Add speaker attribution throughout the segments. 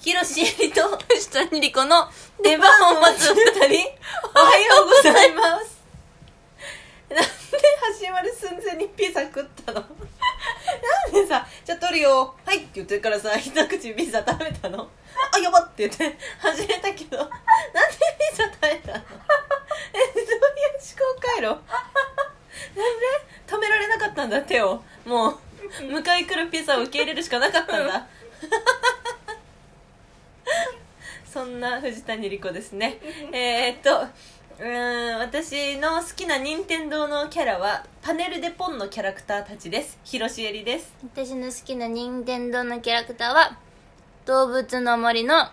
Speaker 1: ヒロシエリと
Speaker 2: 藤谷莉子の出番を待つ
Speaker 1: 二人、おはようございます。なんで始まる寸前にピザ食ったのなんでさ、じゃあ取るよ、はいって言ってるからさ、一口ピザ食べたのあ、やばって言って始めたけど、なんでピザ食べたのえ、どういう思考回路なんで止められなかったんだ、手を。もう、迎え来るピザを受け入れるしかなかったんだ。そんな藤谷莉子ですねえーっとうーん私の好きな任天堂のキャラはパネルでポンのキャラクターたちです広しえりです
Speaker 2: 私の好きな任天堂のキャラクターは動物の森の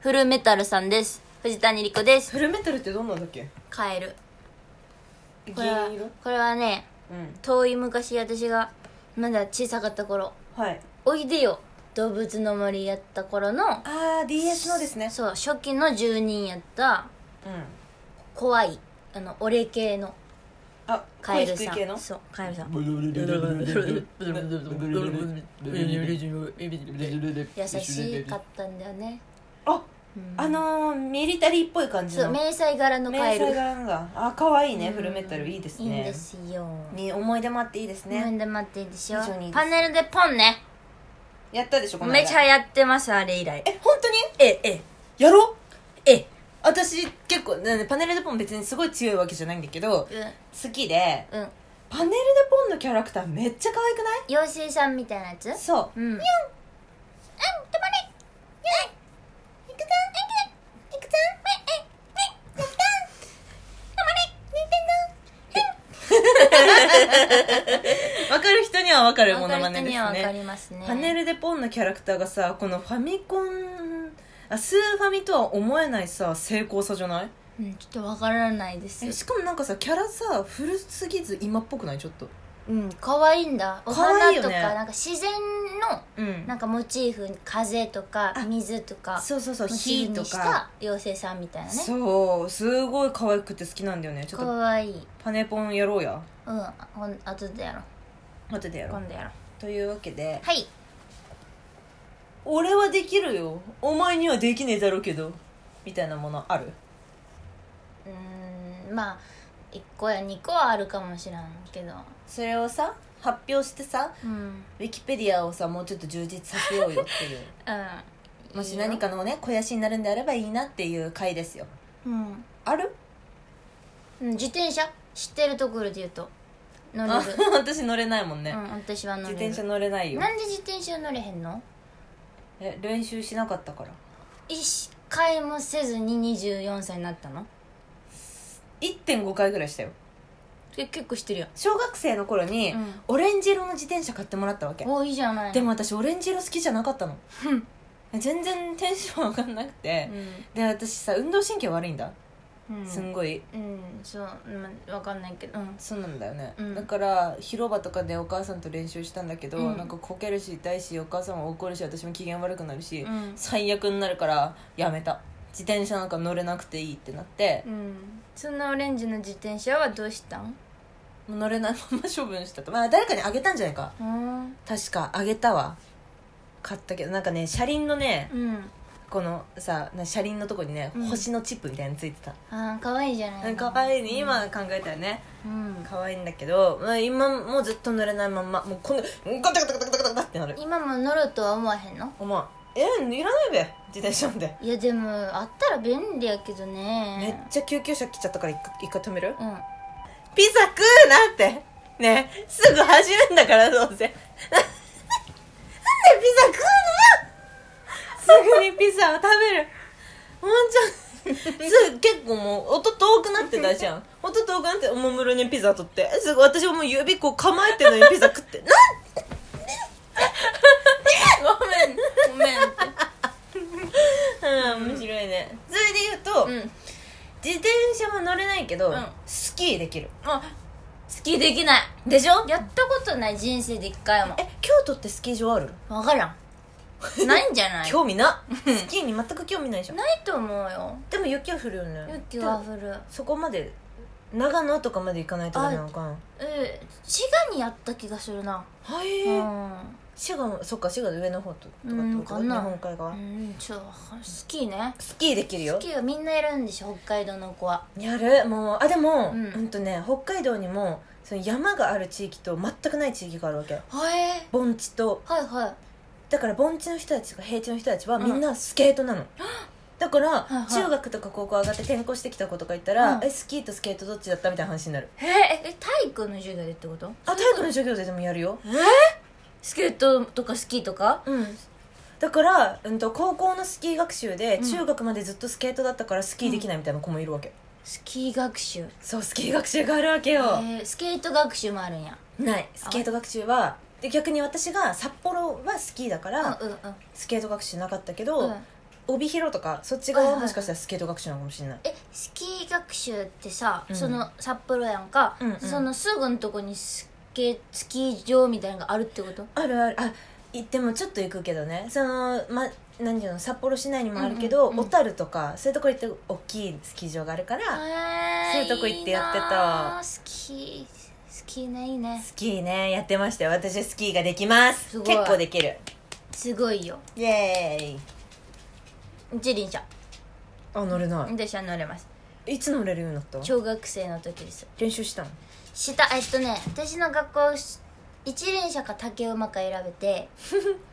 Speaker 2: フルメタルさんです藤谷莉子です
Speaker 1: フルメタルってどんなんだっけ
Speaker 2: カエル
Speaker 1: 銀
Speaker 2: これは
Speaker 1: 色
Speaker 2: これはね
Speaker 1: うん
Speaker 2: 遠い昔私がまだ小さかった頃
Speaker 1: はい
Speaker 2: おいでよ動物の森やった頃の
Speaker 1: ああ DS のですね
Speaker 2: そう初期の住人やった
Speaker 1: うん
Speaker 2: 怖いあの俺系の
Speaker 1: あ
Speaker 2: カエルさ
Speaker 1: 声低い系の
Speaker 2: んそうカエルさん優しかったんだよね、
Speaker 1: あ
Speaker 2: うん
Speaker 1: あのー、ミリタリーっぽい感じ
Speaker 2: そう
Speaker 1: の
Speaker 2: 迷彩柄のカエ
Speaker 1: 迷
Speaker 2: ル
Speaker 1: 彩柄なんだあ可愛いね
Speaker 2: うん
Speaker 1: フルメタルいいです
Speaker 2: いいん
Speaker 1: ね
Speaker 2: ですよ、
Speaker 1: に思い出もあっていいです
Speaker 2: 自
Speaker 1: ね
Speaker 2: 分で待っていいでしょ
Speaker 1: 非常にいいです
Speaker 2: パネルでポンね
Speaker 1: やったでしょこの間
Speaker 2: めちゃやってますあれ以来
Speaker 1: え本当に
Speaker 2: ええ
Speaker 1: やろう
Speaker 2: え
Speaker 1: 私結構ねパネルでポン別にすごい強いわけじゃないんだけど好きで
Speaker 2: うんうん
Speaker 1: パネルでポンのキャラクターめっちゃ可愛くな
Speaker 2: 妖精さんみたいなやつ
Speaker 1: いそ
Speaker 2: うんうん止まれいくぞいくぞいくぞえええやった止まれ任
Speaker 1: うわかる人にはわかる
Speaker 2: 天堂
Speaker 1: モ
Speaker 2: わか
Speaker 1: ノマ
Speaker 2: る人
Speaker 1: ネです
Speaker 2: にはわか
Speaker 1: ね
Speaker 2: りますね
Speaker 1: パネルでポンのキャラクターがさこのファミコンあスーファミとは思えないさ成功さじゃない
Speaker 2: うんちょっとわからないです
Speaker 1: えしかもなんかさキャラさ古すぎず今っぽくないちょっと
Speaker 2: うん可愛いんだお
Speaker 1: 可愛い
Speaker 2: 花
Speaker 1: よ
Speaker 2: と
Speaker 1: ね
Speaker 2: かなんか自然の
Speaker 1: うん
Speaker 2: なんかモチーフに風とか
Speaker 1: あ
Speaker 2: 水とか
Speaker 1: そうそうそう
Speaker 2: モチー
Speaker 1: 火
Speaker 2: フ
Speaker 1: と
Speaker 2: にし
Speaker 1: か
Speaker 2: た妖精さんみたいなね
Speaker 1: そうすごい可愛くて好きなんだよねちょっ
Speaker 2: か
Speaker 1: と
Speaker 2: わいい
Speaker 1: パネポンやろうや
Speaker 2: うんほん後でやろ
Speaker 1: 後でや
Speaker 2: う
Speaker 1: ろう
Speaker 2: 今度やろう
Speaker 1: というわけで
Speaker 2: はい
Speaker 1: 俺はできるよお前にはできねえだろうけどみたいなものある
Speaker 2: うーんまあ1個や2個はあるかもしらんけど
Speaker 1: それをさ発表してさ
Speaker 2: うん
Speaker 1: ウィキペディアをさもうちょっと充実させようよっていう
Speaker 2: うん
Speaker 1: もし何かのね肥やしになるんであればいいなっていう回ですよ
Speaker 2: うん
Speaker 1: ある
Speaker 2: うん自転車知ってるところで言うと乗れ
Speaker 1: あ
Speaker 2: る
Speaker 1: 私乗れないもんね、
Speaker 2: うん私は乗
Speaker 1: 自
Speaker 2: れる
Speaker 1: 転車乗れないよ
Speaker 2: なんで自転車乗れへんの
Speaker 1: え練習しなかったから
Speaker 2: 一回もせずに24歳になったの
Speaker 1: 1.5回ぐらいしたよ
Speaker 2: え結構してるやん
Speaker 1: 小学生の頃に、
Speaker 2: うん
Speaker 1: オレンジ色の自転車買ってもらったわけ
Speaker 2: おいいじゃない
Speaker 1: でも私オレンジ色好きじゃなかったの全然テンション上がんなくて、で私さ運動神経悪いんだ、
Speaker 2: うん、うん、
Speaker 1: すんごい
Speaker 2: うんそう、まあ、わかんないけど、うん、
Speaker 1: そうなんだよね、
Speaker 2: うん
Speaker 1: だから広場とかでお母さんと練習したんだけど、
Speaker 2: うん
Speaker 1: なんかこけるし痛いしお母さんも怒るし私も機嫌悪くなるし、
Speaker 2: うん
Speaker 1: 最悪になるからやめた自転車なんか乗れなくていいってなって
Speaker 2: う、ん、そのオレンジの自転車はどうしたん
Speaker 1: もう乗れないまま処分したとまあ誰かにあげたんじゃないか
Speaker 2: うん
Speaker 1: 確かあげたわ買ったけどなんかね車輪のね
Speaker 2: うん
Speaker 1: このさな車輪のとこにね、
Speaker 2: うん
Speaker 1: 星のチップみたいなのついてた、
Speaker 2: あー可愛いじゃない
Speaker 1: かわいいね今考えたらね
Speaker 2: うん、
Speaker 1: 可愛いんだけど、まあ、今もうずっと乗れないまんまもうこんなガタガタガタガタガタってなる
Speaker 2: 今も乗るとは思わへんの
Speaker 1: お前えいらないべ自転車なんで、
Speaker 2: いやでもあったら便利やけどね
Speaker 1: めっちゃ救急車来ちゃったから一回一回止める
Speaker 2: うん
Speaker 1: ピザ食うなってねえすぐ走るんだからどうせななんでピザ食うのよすぐにピザを食べるもうちょいすぐ結構もう音遠くなってたじゃん音遠くなっておもむろにピザ取ってすぐ私はもう指こう構えてるのにピザ食ってなん
Speaker 2: ごめんごめん
Speaker 1: うん面白いねそれで言うと、
Speaker 2: うん
Speaker 1: 自転車は乗れないけど、
Speaker 2: うん
Speaker 1: スキーできる
Speaker 2: あスキーできない
Speaker 1: でしょ
Speaker 2: やったことない人生で一回も
Speaker 1: え京都ってスキー場ある
Speaker 2: わからんないんじゃない
Speaker 1: 興味なスキーに全く興味ないじゃん
Speaker 2: ないと思うよ
Speaker 1: でも雪は降るよね
Speaker 2: 雪は降る
Speaker 1: そこまで長野とかまで行かないとダメなのかな
Speaker 2: えー滋賀にやった気がするな
Speaker 1: は
Speaker 2: う
Speaker 1: い
Speaker 2: ん
Speaker 1: 滋賀そっか滋賀の上の方ととか
Speaker 2: う
Speaker 1: って
Speaker 2: ん
Speaker 1: こ
Speaker 2: か
Speaker 1: と
Speaker 2: な
Speaker 1: 日本海側、
Speaker 2: うんちょっとスキーね
Speaker 1: スキーできる
Speaker 2: ス
Speaker 1: よ
Speaker 2: キーはみんなやるんでしょ北海道の子は
Speaker 1: やるもうあでも、
Speaker 2: う
Speaker 1: うんん、とね北海道にもその山がある地域と全くない地域があるわけ
Speaker 2: はい
Speaker 1: 盆地と
Speaker 2: はいはい
Speaker 1: だから盆地の人たちとか平地の人たちは
Speaker 2: うん
Speaker 1: みんなスケート なの、だから、
Speaker 2: いはい
Speaker 1: 中学とか高校上がって転校してきた子とかいたら、
Speaker 2: うん
Speaker 1: えスキーとスケートどっちだったみたいな話になる
Speaker 2: えええ体育の授業でってこと
Speaker 1: あ体育の授業ででもやるよ
Speaker 2: スケートとかスキーとか
Speaker 1: うんだから、うん、と高校のスキー学習で
Speaker 2: うん
Speaker 1: 中学までずっとスケートだったからスキーできないみたいな子もいるわけ、
Speaker 2: スキー学習
Speaker 1: そうスキー学習があるわけよ、
Speaker 2: えースケート学習もあるんや
Speaker 1: ないスケート学習はで逆に私が札幌はスキーだから、
Speaker 2: うんうんうん
Speaker 1: スケート学習なかったけど、
Speaker 2: うん
Speaker 1: 帯広とかそっち
Speaker 2: はい
Speaker 1: 側
Speaker 2: はい
Speaker 1: もしかしたらスケート学習なのかもしれない
Speaker 2: えスキー学習ってさ、
Speaker 1: うん
Speaker 2: その札幌やんか、
Speaker 1: うんうん
Speaker 2: そのすぐのとこにスケスキー場みたいなのがあるってこと
Speaker 1: あるあるあ行ってもちょっと行くけどねそのま何ていうの札幌市内にもあるけ
Speaker 2: うん
Speaker 1: ど、
Speaker 2: うんうん
Speaker 1: 小樽とかそういうとこ行って大きいスキー場があるから、
Speaker 2: へー
Speaker 1: そういうとこ行ってやってた
Speaker 2: いいなあスキースキーねいいね
Speaker 1: スキーねやってましたよ私スキーができます
Speaker 2: すごい
Speaker 1: 結構できる
Speaker 2: すごいよ
Speaker 1: イエーイ
Speaker 2: 自輪車
Speaker 1: あ乗れない、
Speaker 2: 私は乗れます
Speaker 1: いつ乗れるようになった
Speaker 2: 小学生の時です
Speaker 1: 練習したの
Speaker 2: したえっとね私の学校一輪車か竹馬か選べて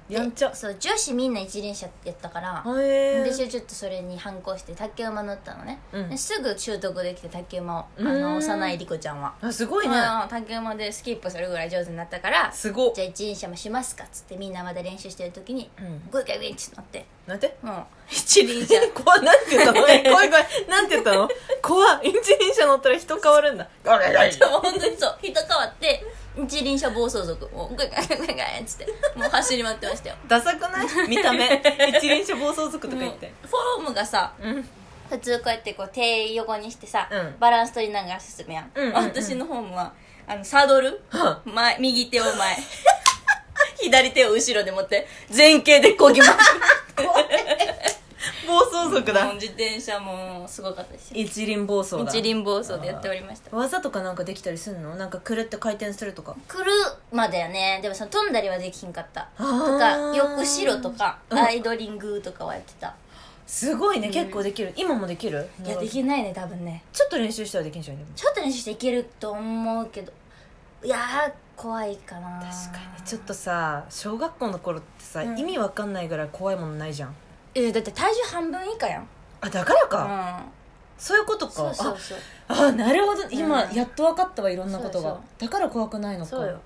Speaker 2: で
Speaker 1: やんちゃ
Speaker 2: そう女子みんな一輪車やったから
Speaker 1: へ
Speaker 2: で
Speaker 1: え
Speaker 2: 私はちょっとそれに反抗して竹馬乗ったのね、
Speaker 1: うん
Speaker 2: ですぐ習得できて竹馬をあ
Speaker 1: うー
Speaker 2: の
Speaker 1: ん
Speaker 2: 幼い莉子ちゃんは
Speaker 1: あすごいね
Speaker 2: うん竹馬でスキップするぐらい上手になったからじ
Speaker 1: すごっ
Speaker 2: ゃあ一輪車もしますかっつってみんなまだ練習してる時に
Speaker 1: うん
Speaker 2: グイグイグイって乗って
Speaker 1: なんて
Speaker 2: もう一輪車
Speaker 1: 怖っなんて 言ったのえ怖い怖いなんて言ったの怖っ一輪車乗ったら人変わるんだあれあれ
Speaker 2: もう本当にそう人変わって一輪車暴走族もうグイグイグイグイっつってもう走り回ってましたよ
Speaker 1: ダサくない見た目一輪車暴走族とか言って
Speaker 2: もうフォームがさ
Speaker 1: うん
Speaker 2: 普通こうやってこう手横にしてさ、
Speaker 1: うん
Speaker 2: バランス取りながら進むやん,、
Speaker 1: うんうんうん
Speaker 2: 私のフォームはあのサドル
Speaker 1: は
Speaker 2: 前右手を前左手を後ろで持って前傾でこぎます
Speaker 1: 暴走族
Speaker 2: もう
Speaker 1: だ
Speaker 2: 自転車もすごかったですよ
Speaker 1: 一輪暴走だ
Speaker 2: 一輪暴走でやっておりました
Speaker 1: 技とかなんかできたりすんのなんかくるって回転するとか
Speaker 2: 来るまでやねでもその飛んだりはできひんかった
Speaker 1: あ
Speaker 2: と
Speaker 1: ー
Speaker 2: かよく白とか
Speaker 1: うん
Speaker 2: アイドリングとかはやってた、
Speaker 1: すごいね結構できる今もできる
Speaker 2: いやできないね多分ね
Speaker 1: ちょっと練習したらできんじゃんでも
Speaker 2: ちょっと練習していけると思うけどいやー怖いかな
Speaker 1: ちょっとさ小学校の頃ってさ、
Speaker 2: うん
Speaker 1: 意味わかんないぐらい怖いものないじゃん
Speaker 2: えーだって体重半分以下やん
Speaker 1: あだからか、
Speaker 2: うん
Speaker 1: そういうことか
Speaker 2: そうそうそう
Speaker 1: ああなるほど今、
Speaker 2: うん
Speaker 1: やっと分かったわいろんなことが
Speaker 2: そう
Speaker 1: だから怖くないのか
Speaker 2: そうよ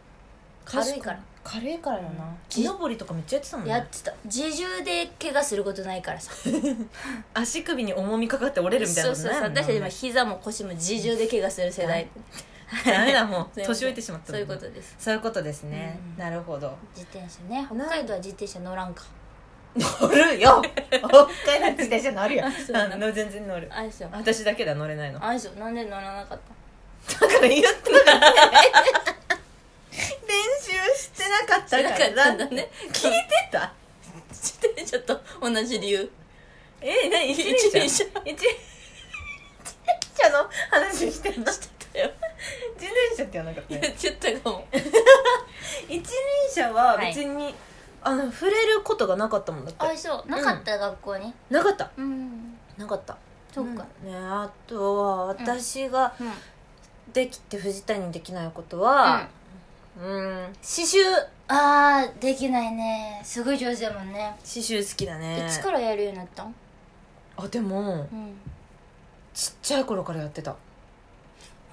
Speaker 1: 確
Speaker 2: 軽いから
Speaker 1: 軽いからよな、
Speaker 2: うん
Speaker 1: 木登りとかめっちゃやってたもん
Speaker 2: やっ
Speaker 1: ね
Speaker 2: てた自重で怪我することないからさ
Speaker 1: 足首に重みかかって折れ るみたいな
Speaker 2: そう
Speaker 1: こと
Speaker 2: そう
Speaker 1: な
Speaker 2: そう
Speaker 1: いもんな
Speaker 2: 私たち今膝も腰も自重で怪我する世代
Speaker 1: ダメだもう
Speaker 2: すいません
Speaker 1: 年老いてしまった
Speaker 2: そういうことです
Speaker 1: そういうことですね、
Speaker 2: うん
Speaker 1: なるほど
Speaker 2: 自転車ね北海道は自転車乗らんか
Speaker 1: 乗るよ北海道自転車乗るよ
Speaker 2: あそうなの
Speaker 1: あの全然乗る
Speaker 2: あれですよ
Speaker 1: 私だけでは乗れないのだ
Speaker 2: あれですよなんで乗らなかっ
Speaker 1: から言ってなかった練習してなかった
Speaker 2: だ
Speaker 1: たから
Speaker 2: からだね
Speaker 1: 聞いてた
Speaker 2: 自転車と同じ理由
Speaker 1: え何 一
Speaker 2: 一輪
Speaker 1: 輪
Speaker 2: 車
Speaker 1: 車一輪車の話してんの自
Speaker 2: だよ
Speaker 1: 転車って言わなかった
Speaker 2: 言っ
Speaker 1: ね
Speaker 2: ちゃったかも
Speaker 1: 一輪車は別に、あの触れることがなかったもんだって
Speaker 2: あそうなかった学校に
Speaker 1: なかった
Speaker 2: うん
Speaker 1: なかった
Speaker 2: そっか
Speaker 1: ねあとは私が
Speaker 2: うん
Speaker 1: できて藤谷にできないことはうん刺繍
Speaker 2: あーできないねすごい上手やもんね
Speaker 1: 刺繍好きだね
Speaker 2: いつからやるようになったん
Speaker 1: あでも
Speaker 2: うん
Speaker 1: ちっちゃい頃からやってた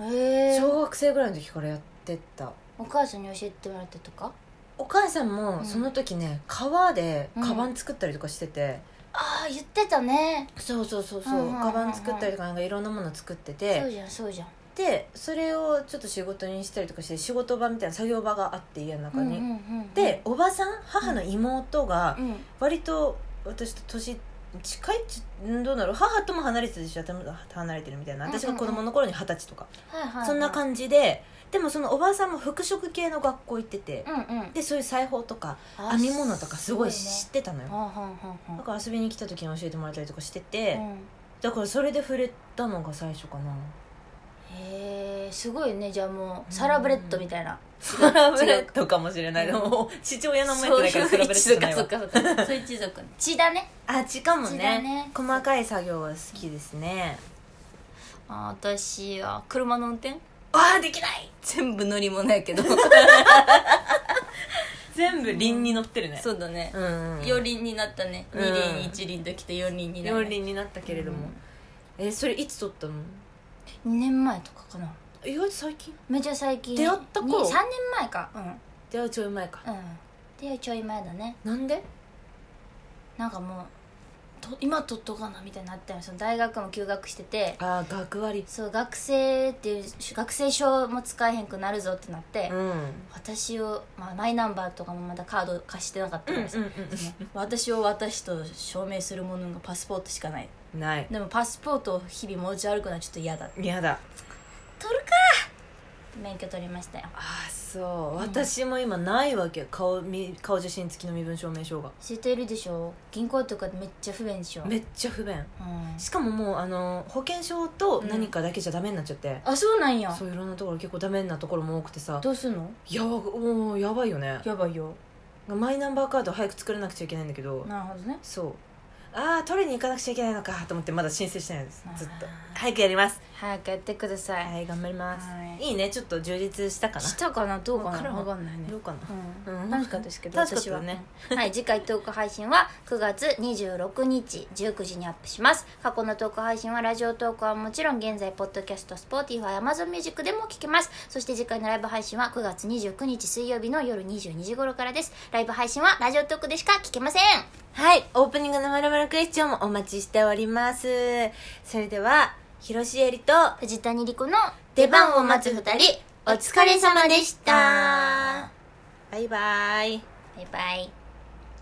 Speaker 2: へえ
Speaker 1: 小学生ぐらいの時からやってた
Speaker 2: お母さんに教えてもらってとか
Speaker 1: お母さんもその時ね革で
Speaker 2: うん
Speaker 1: カバン作ったりとかしてて、
Speaker 2: ああ言ってたね
Speaker 1: そうそうそうそう,、
Speaker 2: うんうんうんうん
Speaker 1: カバン作ったりとかなんかいろんなもの作って
Speaker 2: そう
Speaker 1: て
Speaker 2: じゃんそうじゃん
Speaker 1: でそれをちょっと仕事にしたりとかして仕事場みたいな作業場があって家の中に、
Speaker 2: うんうんうんうん
Speaker 1: でおばさん母の妹が
Speaker 2: うん
Speaker 1: 割と私と年近いっちうんどうなる母とも離れてたでしょ離れてるみたいな
Speaker 2: うんうんうん
Speaker 1: 私が子供の頃に二十歳とか、
Speaker 2: はいはい
Speaker 1: そんな感じででもそのおばさんも服飾系の学校行ってて、
Speaker 2: じうんうん
Speaker 1: でそういう裁縫とか
Speaker 2: あ
Speaker 1: 編み物とかすごい
Speaker 2: す
Speaker 1: 知ってたのよ、
Speaker 2: ごいねはあはあはあ
Speaker 1: だ
Speaker 2: は
Speaker 1: から遊びに来た時に教えてもらったりとかして
Speaker 2: あ
Speaker 1: て、
Speaker 2: うん
Speaker 1: だからそれで触れたのが最初かな
Speaker 2: へえー、すごいねじゃあもうサラブレッドみたいな、
Speaker 1: サラブレッドかもしれないでももう父親の名
Speaker 2: そう
Speaker 1: 前
Speaker 2: い
Speaker 1: ってだから
Speaker 2: う
Speaker 1: サラブレッ
Speaker 2: 一族
Speaker 1: ドじゃない
Speaker 2: そ
Speaker 1: わ
Speaker 2: っかそっかそういう一族血だ ね
Speaker 1: あ血かも
Speaker 2: 血
Speaker 1: ね
Speaker 2: だね
Speaker 1: 細かい作業は好きですね
Speaker 2: あ私は車の運転
Speaker 1: ああできない
Speaker 2: 全部乗り物やけど
Speaker 1: 全部輪に乗ってるね
Speaker 2: そうだね、
Speaker 1: うん
Speaker 2: 四輪になったね、
Speaker 1: うん
Speaker 2: 二輪一輪ときて四輪にな
Speaker 1: 料
Speaker 2: る、
Speaker 1: 理になったけれども、えそれいつ撮ったの
Speaker 2: 2年前とかかな
Speaker 1: 意外と最近
Speaker 2: めちゃ最近
Speaker 1: 出会った頃
Speaker 2: 3年前かう
Speaker 1: 出会うちょい前か
Speaker 2: んうん出会いちょい前だね
Speaker 1: なんで
Speaker 2: なんかもうと今取っとかなみたいになったよその大学も休学してて
Speaker 1: ああ学割
Speaker 2: そう学生っていう学生証も使えへんくなるぞってなって、
Speaker 1: うん
Speaker 2: 私を、まあ、マイナンバーとかもまだカード貸してなかったからさ、
Speaker 1: うんうんうんうん
Speaker 2: その私を私と証明するものがパスポートしかない
Speaker 1: ない
Speaker 2: でもパスポートを日々持ち歩くのはちょっと嫌だ
Speaker 1: 嫌だ
Speaker 2: 取るか免許取りましたよ
Speaker 1: ああそう私も今ないわけ顔み顔写真付きの身分証明書が
Speaker 2: 知ってるでしょ銀行とかめっちゃ不便でしょ、
Speaker 1: めっちゃ不便
Speaker 2: うん
Speaker 1: しかももうあの保険証と何かだけじゃダメになっちゃって、
Speaker 2: あそうなんや
Speaker 1: そういろんなところ結構ダメなところも多くてさ
Speaker 2: どうすんの
Speaker 1: やばもうやばいよね
Speaker 2: やばいよ
Speaker 1: マイナンバーカード早く作らなくちゃいけないんだけど
Speaker 2: なるほどね
Speaker 1: そうああ取りに行かなくちゃいけないのかと思ってまだ申請してないです
Speaker 2: あー
Speaker 1: ずっと早くやります
Speaker 2: 早くやってください、
Speaker 1: はい頑張ります
Speaker 2: はい
Speaker 1: いいねちょっと充実したかな
Speaker 2: したかなどうか
Speaker 1: わか
Speaker 2: な
Speaker 1: らん
Speaker 2: わかんないね
Speaker 1: どうかな
Speaker 2: うん
Speaker 1: うん
Speaker 2: 楽しかったですけど
Speaker 1: 楽しかったよね
Speaker 2: 私はうんはい次回トーク配信は9月26日19時にアップします過去のトーク配信はラジオトークはもちろん現在ポッドキャスト Spotify Amazon Music でも聞けますそして次回のライブ配信は9月29日水曜日の夜22時頃からですライブ配信はラジオトークでしか聞けません
Speaker 1: はいオープニングのまるまるクエスチョンもお待ちしておりますそれでは広重りと
Speaker 2: 藤谷莉子の出番を待つ2人お疲れ様でした
Speaker 1: バイバイ
Speaker 2: バイバイ